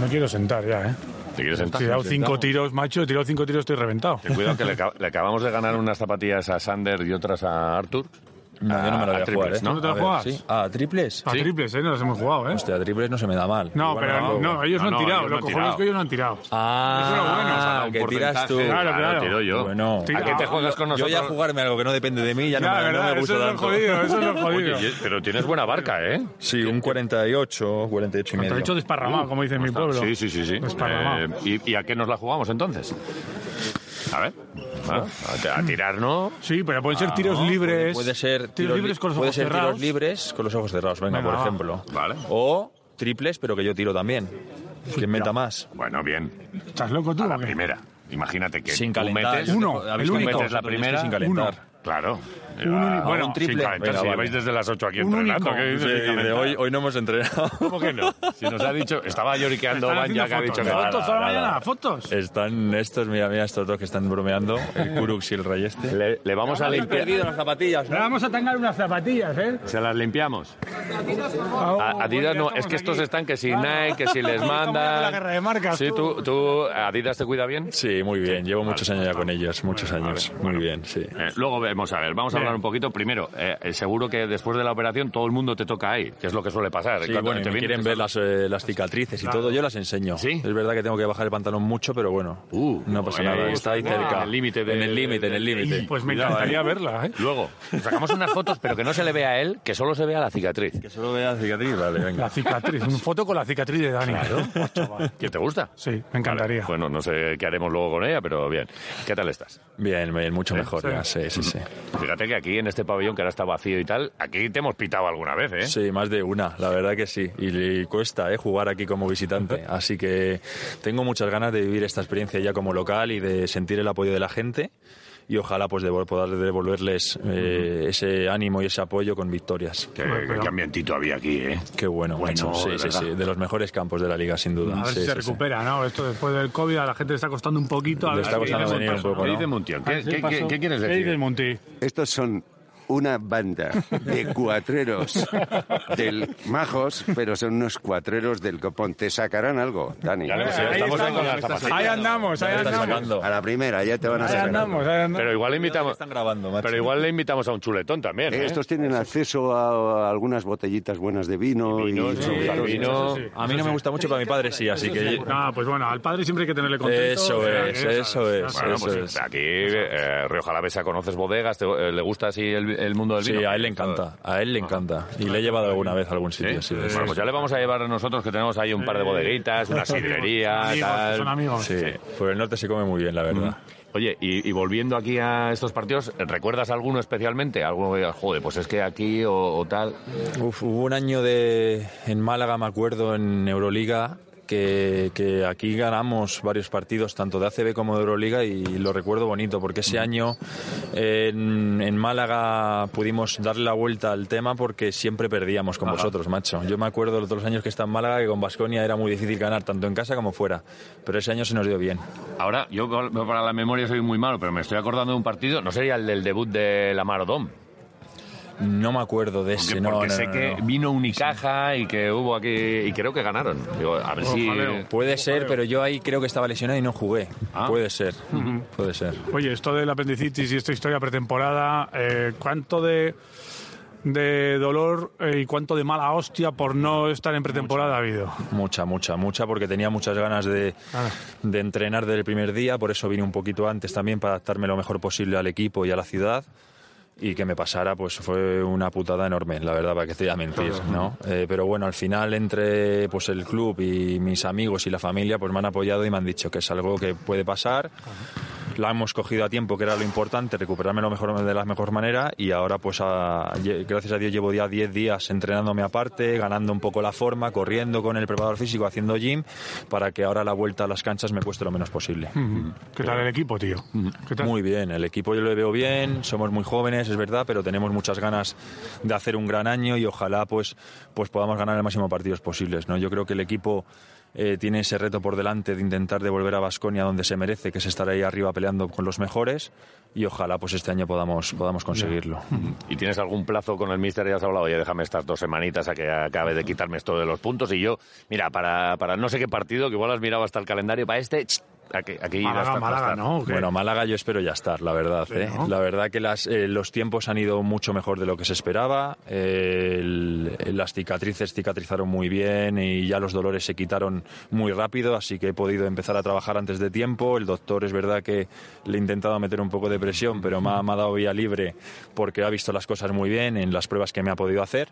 Me quiero sentar ya, ¿eh? ¿Te quieres sentar? He dado Sentado. cinco tiros, macho, he tirado cinco tiros, estoy reventado. Ten cuidado que le, acab- le acabamos de ganar unas zapatillas a Sander y otras a Arthur. No, yo no me A- la voy a a jugar, triples, ¿eh? ¿no? ¿No te la A ver, juegas? sí. ¿A triples? A triples, ¿eh? No las hemos jugado, ¿eh? Hostia, a triples no se me da mal. No, Igual pero me la no, hago. ellos no, No, no, han tirado. ellos Lo no han cojones tirado. que ellos no han tirado. Eso era bueno, o sea, Ah, un que tiras porcentaje. tú. Claro, claro. tiro yo. Bueno. Tira- ¿A qué te juegas con Yo nosotros? ya jugarme algo que no depende de mí, ya, Ya, no, me, no verdad, me eso gusta es lo tanto. jodido, eso es lo jodido. Oye, pero tienes buena barca, ¿eh? Sí, un 48, 48 y Te medio. he hecho desparramado, como dicen en mi pueblo. Sí, sí, sí. sí. Desparramado. Eh, ¿y, y a qué nos la jugamos entonces? A ver. Bueno, a, a tirar, ¿no. Sí, pero pueden ah, ser tiros ¿no? libres. Puede ser tiros, libres con los puede ojos ser cerrados. tiros libres con los ojos cerrados, venga, Venga, por va. ejemplo. Vale. O triples, pero que yo tiro también. ¿Quién meta más? Bueno, bien. ¿Estás loco tú? A la o qué? primera. Imagínate que Sin tú calentar. metes- yo te- Uno, habéis el tú único. comentado metes la vosotros primera. que sin calentar. Claro. Un único. Ah, Bueno, un sin triple. calentar, Venga, si vale. lleváis desde las 8 aquí Un entrenando, único. ¿qué Sí, de hoy, hoy no hemos entrenado. ¿Cómo que no? Si nos ha dicho, estaba lloriqueando Están Van haciendo ya que ha fotos. dicho que Eh, ¿Fotos a la Nada, nada. mañana? ¿Fotos? Están estos, mira, mira estos dos que están bromeando, el Kurux y el este. Rayeste. Le, le vamos a limpiar. las zapatillas, Le vamos a tangar unas zapatillas, ¿eh? Se las limpiamos. Oh, A- Adidas bueno, no, ya es que estos aquí. están que si Claro. Nike, que si les Estamos ya en La mandan. guerra de marcas. Sí, tú, tú, Adidas te cuida bien. Sí, muy bien. Llevo muchos años ya con ellos, muchos años. Muy bien, sí. Eh, luego vemos, a ver, vamos a Bien. hablar un poquito. Primero, eh, eh, seguro que después de la operación todo el mundo te toca ahí, que es lo que suele pasar. Sí, Cuando bueno, y te me vienen, quieren te ver las, eh, las cicatrices y todo, yo las enseño. Sí. Es verdad que tengo que bajar el pantalón mucho, pero bueno, Uh, no pasa eh, nada. Está ahí ah, cerca. en el límite de- En el límite, en el límite. Pues me Cuidado, encantaría eh. verla, ¿eh? Luego, sacamos unas fotos, pero que no se le vea a él, que solo se vea la cicatriz. Que solo vea cicatriz, vale, La venga. cicatriz. Una foto con la cicatriz de Dani. Claro. ¿Que te gusta? Sí, me encantaría. Bueno, no sé qué haremos luego con ella, pero bien. ¿Qué tal estás? Bien, bien, mucho mejor Sí. ya, sí, sí, sí. Fíjate que aquí en este pabellón que ahora está vacío y tal, aquí te hemos pitado alguna vez, ¿eh? Sí, más de una, la verdad que sí. Y le cuesta eh, jugar aquí como visitante. Así que tengo muchas ganas de vivir esta experiencia ya como local y de sentir el apoyo de la gente. Y ojalá pues devol- poder devolverles eh, ese ánimo y ese apoyo con victorias. Qué, qué ambientito había aquí, ¿eh? Qué bueno, Bueno, macho. Sí, de sí, verdad. sí. De los mejores campos de la liga, sin duda. A ver pues, Sí, si se sí, sí. recupera, ¿no? Esto después del COVID a la gente le está costando un poquito. A Le ver está si costando viene venir un paso, poco, ¿no? ¿Qué ¿no? dice Montiel? A ¿Qué, ver si qué- paso. qué- qué quieres ¿Qué dices, decir? Monti? Estos son una banda de cuatreros del majos, pero son unos cuatreros del copón. Te sacarán algo, Dani. Ya le hemos- Ahí estamos ahí con estamos. las zapatillas. Ahí andamos, ahí Ya me están andamos. sacando. A la primera, ya te van a Ahí sacar. algo. andamos, ahí andamos. Pero igual le invitamos, Están grabando, macho. pero igual le invitamos a un chuletón también, ¿eh? Estos tienen acceso a algunas botellitas buenas de vino y, Vino, y- sí, y- vino. sí, sí. A mí no me gusta mucho, pero a mi padre sí, así que... No, pues bueno, al padre siempre hay que tenerle contento. Eso o sea, es, ya sabes, eso ya es. sabes. Bueno, Eso pues es. aquí, eh, Rioja Alavesa, conoces bodegas, te- eh, ¿le gusta así el, el mundo del Sí, vino? a él le encanta, a él le encanta. Y le he llevado alguna vez a algún sitio, sí, de Bueno, esos. pues ya le vamos a llevar a nosotros que tenemos ahí un par de bodeguitas, una sidrería, Amigos, que tal. son amigos. Sí, por el norte se come muy bien, la verdad. Oye, y, y volviendo aquí a estos partidos, ¿recuerdas alguno especialmente? Alguno que digas, joder, pues es que aquí o, o tal. Uf, hubo un año de en Málaga, me acuerdo, en Euroliga, que, que aquí ganamos varios partidos, tanto de ACB como de Euroliga, y lo recuerdo bonito, porque ese año en, en Málaga pudimos darle la vuelta al tema porque siempre perdíamos con vosotros, macho. Yo me acuerdo los dos años que está en Málaga que con Vasconia era muy difícil ganar, tanto en casa como fuera, pero ese año se nos dio bien. Ahora, yo para la memoria soy muy malo, pero me estoy acordando de un partido, no sería el del debut de Lamar Odom. No me acuerdo de Porque, ese, no, porque no, sé no, que no. vino Unicaja y que hubo aquí. y creo que ganaron. Digo, a ver si. Ojalá. Puede ser, pero yo ahí creo que estaba lesionado y no jugué. Ah. Puede ser, puede ser. Oye, esto del apendicitis y esta historia pretemporada, eh, ¿cuánto de, de dolor eh, y cuánto de mala hostia por no estar en pretemporada ha habido? Mucha, mucha, mucha, porque tenía muchas ganas de, Ah. de entrenar desde el primer día, por eso vine un poquito antes también para adaptarme lo mejor posible al equipo y a la ciudad. Y que me pasara, pues fue una putada enorme, la verdad, para que te voy a mentir, ¿no? Eh, pero bueno, al final, entre pues el club y mis amigos y la familia, pues me han apoyado y me han dicho que es algo que puede pasar la hemos cogido a tiempo, que era lo importante, recuperarme lo mejor, de la mejor manera y ahora pues a- lle- gracias a Dios llevo ya 10 días entrenándome aparte, ganando un poco la forma, corriendo con el preparador físico, haciendo gym, para que ahora la vuelta a las canchas me cueste lo menos posible. ¿Qué tal el equipo, tío? ¿Qué tal? Mm. Muy bien, el equipo yo lo veo bien, somos muy jóvenes, es verdad, pero tenemos muchas ganas de hacer un gran año y ojalá pues, pues podamos ganar el máximo de partidos posibles. ¿no? Yo creo que el equipo eh, tiene ese reto por delante de intentar devolver a Basconia donde se merece, que es estar ahí arriba peleando con los mejores y ojalá pues este año podamos, podamos conseguirlo. ¿Y tienes algún plazo con el míster? Ya has hablado, ya déjame estas dos semanitas a que acabe de quitarme esto de los puntos. Y yo, mira, para, para no sé qué partido, que igual has mirado hasta el calendario, para este, ch, aquí, aquí Málaga, basta- Málaga, basta. ¿no? ¿O qué? Bueno, Málaga yo espero ya estar, la verdad. ¿eh? ¿no? La verdad que las, eh, los tiempos han ido mucho mejor de lo que se esperaba. eh, el- las cicatrices cicatrizaron muy bien y ya los dolores se quitaron muy rápido, así que he podido empezar a trabajar antes de tiempo. El doctor es verdad que le he intentado meter un poco de presión, pero me ha, me ha dado vía libre porque ha visto las cosas muy bien en las pruebas que me ha podido hacer.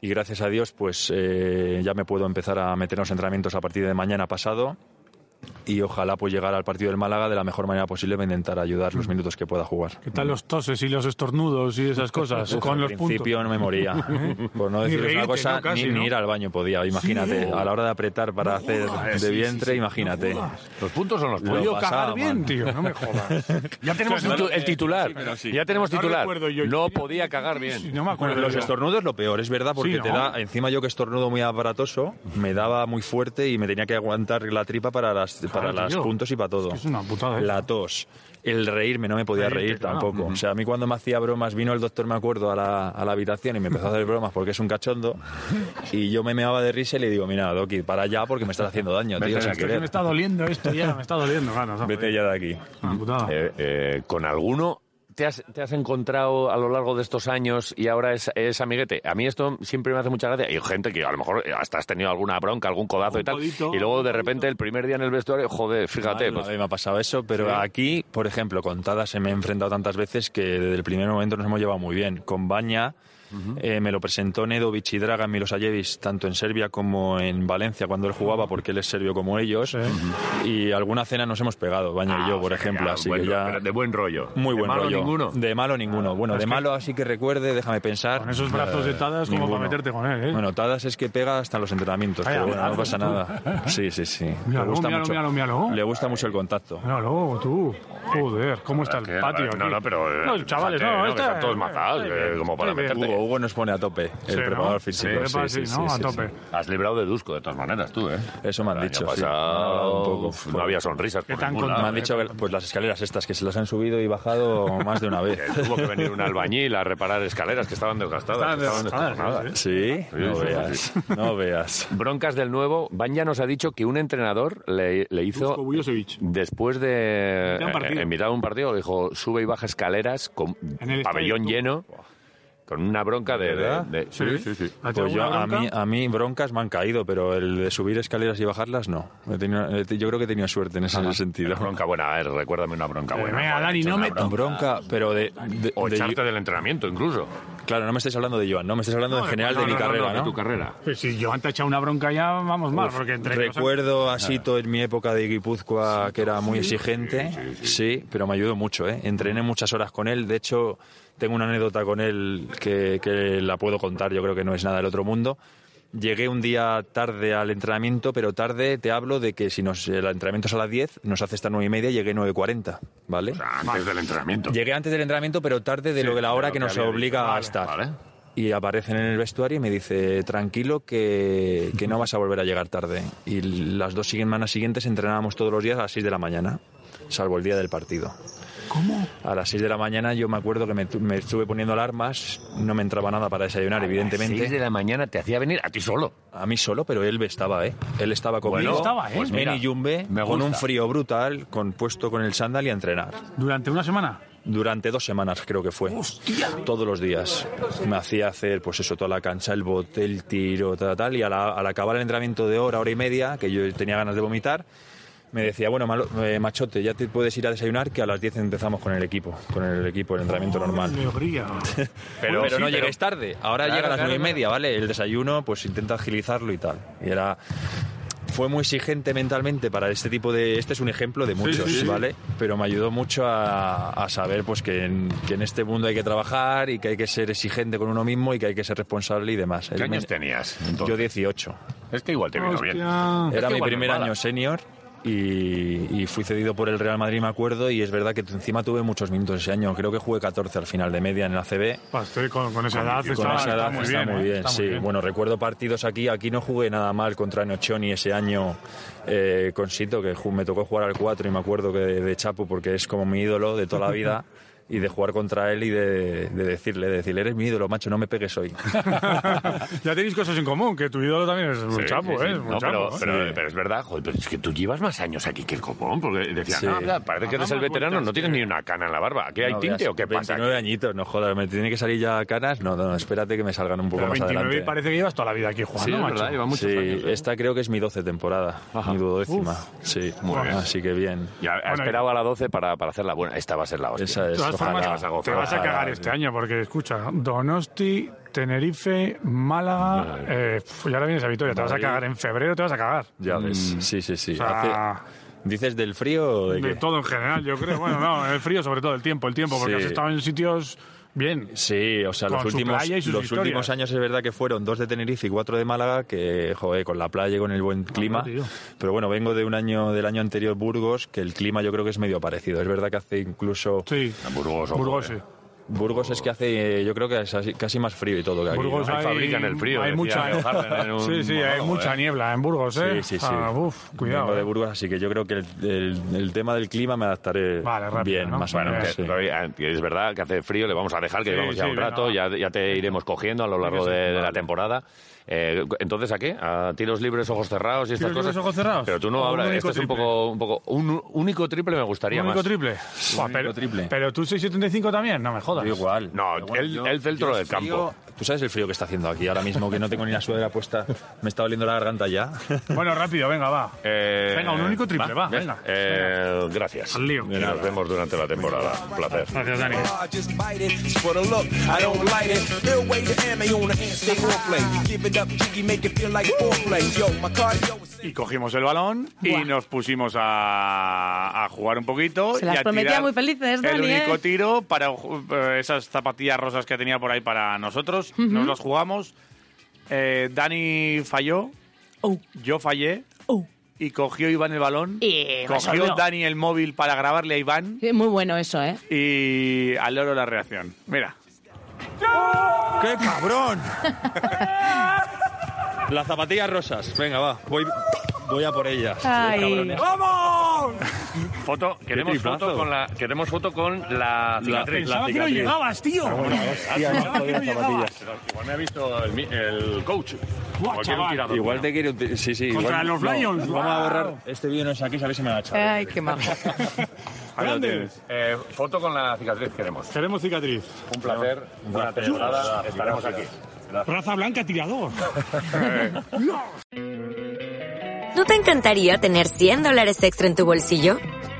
Y gracias a Dios, pues eh, ya me puedo empezar a meter en los entrenamientos a partir de mañana pasado y ojalá pues llegar al partido del Málaga de la mejor manera posible para intentar ayudar los minutos que pueda jugar. Mm. ¿Qué tal los toses y los estornudos y esas cosas? con Al los puntos. principio no me moría, por no Ni decir reírte, una cosa, ¿no? Casi, ni, ni ¿no? ir al baño podía, imagínate, a la hora de apretar para hacer de vientre, imagínate. Los puntos son los Lo puntos. Yo cagar pasaba, bien, man. tío, no me jodas. Ya tenemos titu- eh, el titular. Ya tenemos No titular. recuerdo yo. No podía cagar Sí, bien. eh, No me acuerdo. Bueno, los yo. estornudos lo peor, es verdad, porque Sí, ¿no? te da, encima yo que estornudo muy aparatoso, me daba muy fuerte y me tenía que aguantar la tripa para las, para las tío. puntos y para todo. Es una putada, ¿eh? La tos. El reírme, no me podía Reírte, reír claro. tampoco. O sea, a mí cuando me hacía bromas, vino el doctor, me acuerdo, a la, a la habitación y me empezó a hacer bromas porque es un cachondo. Y yo me meaba de risa y le digo, mira, Doki, para allá porque me estás haciendo daño, tío, Es sin que querer. me está doliendo esto ya, me está doliendo. Ganas, eh. Vete ya de aquí. Una putada. Eh, eh, ¿Con alguno te has, te has encontrado a lo largo de estos años y ahora es, es amiguete? A mí esto siempre me hace mucha gracia. Y gente que a lo mejor hasta has tenido alguna bronca, algún codazo y tal. codito, y luego de un repente el primer día en el vestuario, joder, fíjate. Vale, pues, vale, me ha pasado eso, pero aquí, por ejemplo, con Tada se me he enfrentado tantas veces que desde el primer momento nos hemos llevado muy bien. Con Baña eh, me lo presentó Nedovic y Dragan Milosajevic, tanto en Serbia como en Valencia, cuando él jugaba, porque él es serbio como ellos. Y alguna cena nos hemos pegado, Baña y ah, yo, o por sea, ejemplo. ya, así bueno, que ya. pero de buen rollo. Muy De buen malo rollo. ninguno. Ah, De malo ninguno. Bueno, de malo así que recuerde, déjame pensar. este- Con esos brazos de Tadas, como eh, Ninguno. para meterte con él, ¿eh? Bueno, Tadas es que pega hasta los entrenamientos, Vaya, pero bueno, no hazlo pasa tú. nada. Sí, sí, sí. Míralo, le, gusta míralo, mucho, míralo, míralo. le gusta mucho el contacto. Míralo, tú. Joder, ¿cómo está el Que- patio? No, aquí? no, pero. eh, No, chavales, fíjate, no, que este- están todos mazados, eh, como para Sí, bien. meterte. Hugo, Hugo nos pone a tope, el Sí, ¿no? preparador físico. Sí, Sí, sí, sí, sí, ¿no? A sí, tope. sí. Has librado de Dusko, de todas maneras, tú, ¿eh? Eso me han El año dicho. sí. Me han hablado pasado, un poco. uf, no había sonrisas. ¿Qué por tan ningún con- lado. Me han dicho que pues, las escaleras estas que se las han subido y bajado más de una vez. Que Eh, Tuvo que venir un albañil a reparar escaleras que estaban desgastadas. que Estaban Estaban desgastadas, eh. descojonadas. Sí, no sí, sí, veas. No veas. Broncas del nuevo. Banja nos ha dicho que un entrenador le, le hizo, después de. mitad de un partido. En mitad de un partido, dijo: sube y baja escaleras con En el pabellón estadio. lleno, con una bronca de. ¿Verdad? de- de- Sí. ¿A ti Pues yo, alguna a, bronca? mí, a mí broncas me han caído, pero el de subir escaleras y bajarlas no. He tenido- he te- yo creo que he tenido suerte en ese sentido. Bronca buena, a ver, recuérdame una bronca buena. Eh, venga, Joder, Dani, he hecho no una me- bronca. Bronca, pero de, de- O de- echarte del entrenamiento, incluso. Claro, no me estáis hablando de Joan, no me estáis hablando en general No, de mi no, no, no, carrera, de ¿no? tu carrera. Pues si yo antes he echado una bronca ya, vamos mal, porque entre Recuerdo a Sito en mi época de Guipúzcoa, que era muy exigente. Sí, pero me ayudó mucho. ¿eh? Entrené muchas horas con él. De hecho, tengo una anécdota con él que, que la puedo contar. Yo creo que no es nada del otro mundo. Llegué un día tarde al entrenamiento, pero tarde te hablo de que si nos, el entrenamiento es a las 10, nos hace esta 9 y media, llegué 9.40, ¿vale? Antes del entrenamiento. Llegué antes del entrenamiento, pero tarde de lo que la hora lo que, que nos había obliga dicho. a estar. vale. Y aparecen en el vestuario y me dice, tranquilo, que, que no vas a volver a llegar tarde. Y las dos semanas siguientes entrenábamos todos los días a las 6 de la mañana, salvo el día del partido. ¿Cómo? A las 6 de la mañana yo me acuerdo que me, tu- me estuve poniendo alarmas, no me entraba nada para desayunar, A las evidentemente. seis de la mañana te hacía venir a ti solo. A mí solo, pero él estaba, ¿eh? Él estaba conmigo. Bueno, estaba, ¿eh? pues mira, en Iyumbe, me con un gusta. frío brutal, con, puesto con el sándal y a entrenar. Durante una semana. Durante dos semanas creo que fue. Todos los días. Me hacía hacer, pues eso, toda la cancha, el bote, el tiro, tal, tal. Y al, al acabar el entrenamiento de hora, hora y media, que yo tenía ganas de vomitar, me decía, bueno, malo- eh, machote, ya te puedes ir a desayunar, que a las 10 empezamos con el equipo, con el equipo, el entrenamiento normal. Me brilla. Pero, Bueno, sí, no pero- llegues tarde. Ahora Claro, llega a las claro, nueve y claro. media, ¿vale? El desayuno, pues intenta agilizarlo y tal. Y era. fue muy exigente mentalmente para este tipo de... Este es un ejemplo de muchos, sí, sí. ¿vale? Pero me ayudó mucho a, a saber pues que en, que en este mundo hay que trabajar y que hay que ser exigente con uno mismo y que hay que ser responsable y demás. ¿Qué El años men- tenías? Yo entonces? 18. Es que igual te vino bien. Hostia. Es Era que mi igual primer no es mala. año senior y, y fui cedido por el Real Madrid, me acuerdo, y es verdad que encima tuve muchos minutos ese año. Creo que jugué 14 al final de media en la CB. Pa, Pues estoy con, con esa edad, Y con está, esa edad está muy bien. ¿eh? Está muy sí. bien. Bueno, recuerdo partidos aquí. Aquí no jugué nada mal contra Nochoni ese año eh, con Sito, que ju- me tocó jugar al 4 y me acuerdo que de, de Chapu, porque es como mi ídolo de toda la vida. Y de jugar contra él y de, de decirle, de decirle, eres mi ídolo, macho, no me pegues hoy. ya tenéis cosas en común, que tu ídolo también es Sí, un chapo, sí, sí. ¿eh? Es un No, pero, chapo, ¿eh? pero- pero es verdad, joder, pero es que tú llevas más años aquí que el copón, porque decían, Sí. "Ah, mira, parece que eres el Hagamos veterano, no vueltas, tienes ni una cana en la barba. ¿Aquí hay No tinte veas, o qué pasa? 29 añitos, no jodas, me tiene que salir ya canas. No, no, espérate que me salgan un poco Pero más 29 adelante. parece que llevas toda la vida aquí jugando, Sí, es macho. verdad, lleva muchos Sí, años. ¿eh? esta creo que es mi 12 temporada, Ajá. mi duodécima. Sí, Muy bien. así que bien. Ya ha Bueno, esperado a la 12 para, para hacer la buena. Esta va a ser la hostia. Esa De es. todas ojalá. eh. formas, vas a gozar, te vas a ojalá. cagar este año, porque escucha, Donosti, Tenerife, Málaga, eh, pf, y ahora vienes a Vitoria, te vas a Madrid. cagar en febrero, te vas a cagar. Ya ves, sí, sí, sí. Mm. O sea, Hace- ¿Dices del frío o de de qué? todo en general, yo creo. Bueno, no, el frío sobre todo, el tiempo, el tiempo, porque Sí. has estado en sitios bien. Sí, o sea, Con los, su últimos, playa y sus los historias. últimos años es verdad que fueron dos de Tenerife y cuatro de Málaga, que, joder, con la playa y con el buen clima. Ah, tío. Pero bueno, vengo de un año, del año anterior Burgos, que el clima yo creo que es medio parecido. Es verdad que hace incluso... Sí. A Burgos, ojo, Burgos, sí. eh. Burgos es que hace, eh, yo creo que es así- casi más frío y todo que aquí. Burgos ¿no? Ahí fabrican el frío, Hay decía mucha, Leo Harlan en un sí, sí, hay monólogo, mucha eh. niebla en Burgos, ¿eh? Sí, sí, sí. Ah, uf, Vengo cuidado. de eh. Burgos, así que yo creo que el, el- el tema del clima me adaptaré Vale, rápido, bien, ¿no? más o Bueno, menos. Que sí. todavía- eh, que es verdad que hace frío, le vamos a dejar que Sí, llevamos ya sí, un venga, rato, va. ya, ya te iremos cogiendo a lo largo Sí, de, sí, de la vale. temporada. Eh, Entonces, ¿a qué? ¿A tiros libres, ojos cerrados y estas ¿Tiros cosas? libres, ojos cerrados? Pero tú no ¿O un hablas, único esto es un triple? poco, un poco... Un único triple me gustaría ¿Un único más. triple? Buah, único pero, triple. pero tú 675 también, no me jodas. Yo igual. No, Pero el- el centro yo del campo. Tú sabes el frío que está haciendo aquí ahora mismo, que no tengo ni la sudadera puesta. Me está doliendo la garganta ya. Bueno, rápido, venga, va. Eh, Venga, un único triple, va, ves. venga. Eh, Gracias. Al lío. Y Nos vemos durante la temporada. Un placer. Gracias, Dani. I just bite it. It's for the look. I don't light it. Bill way to ammo on the hand, stay on play. Give it up, jiggy, make it feel like foreplay. Yo, my cardio is. Y cogimos el balón y Buah. nos pusimos a, a jugar un poquito. Se y las a prometía tirar muy felices, El Dani, único ¿eh? tiro para ju- eh, esas zapatillas rosas que tenía por ahí para nosotros. Nos las jugamos. Eh, Dani falló, Oh, yo fallé oh. y cogió Iván el balón. Y cogió resolvió. Dani el móvil para grabarle a Iván Sí, Muy bueno eso, ¿eh? y al loro la reacción. Mira. ¡Qué cabrón! Las zapatillas rosas. Venga, va. Voy, voy a por ellas. Ay. Cabrones. Foto, queremos triplazo. foto con la, queremos foto con la La- cicatriz. la cicatriz. tío. Hostia, no podía zapatillas. Igual me ha visto el, mi- el coach. Como quiere un chaval. tirador. Igual te quiero. Sí, sí. Contra igual- los Lions. Vamos a borrar. Este vídeo no es aquí, sabéis si me ha echado. Ay, qué majo. Ahí lo tienes. Eh, foto con la cicatriz queremos. Queremos cicatriz. Un placer. Buena temporada. Estaremos aquí. Raza blanca tirador. ¿No te encantaría tener 100 dólares extra en tu bolsillo?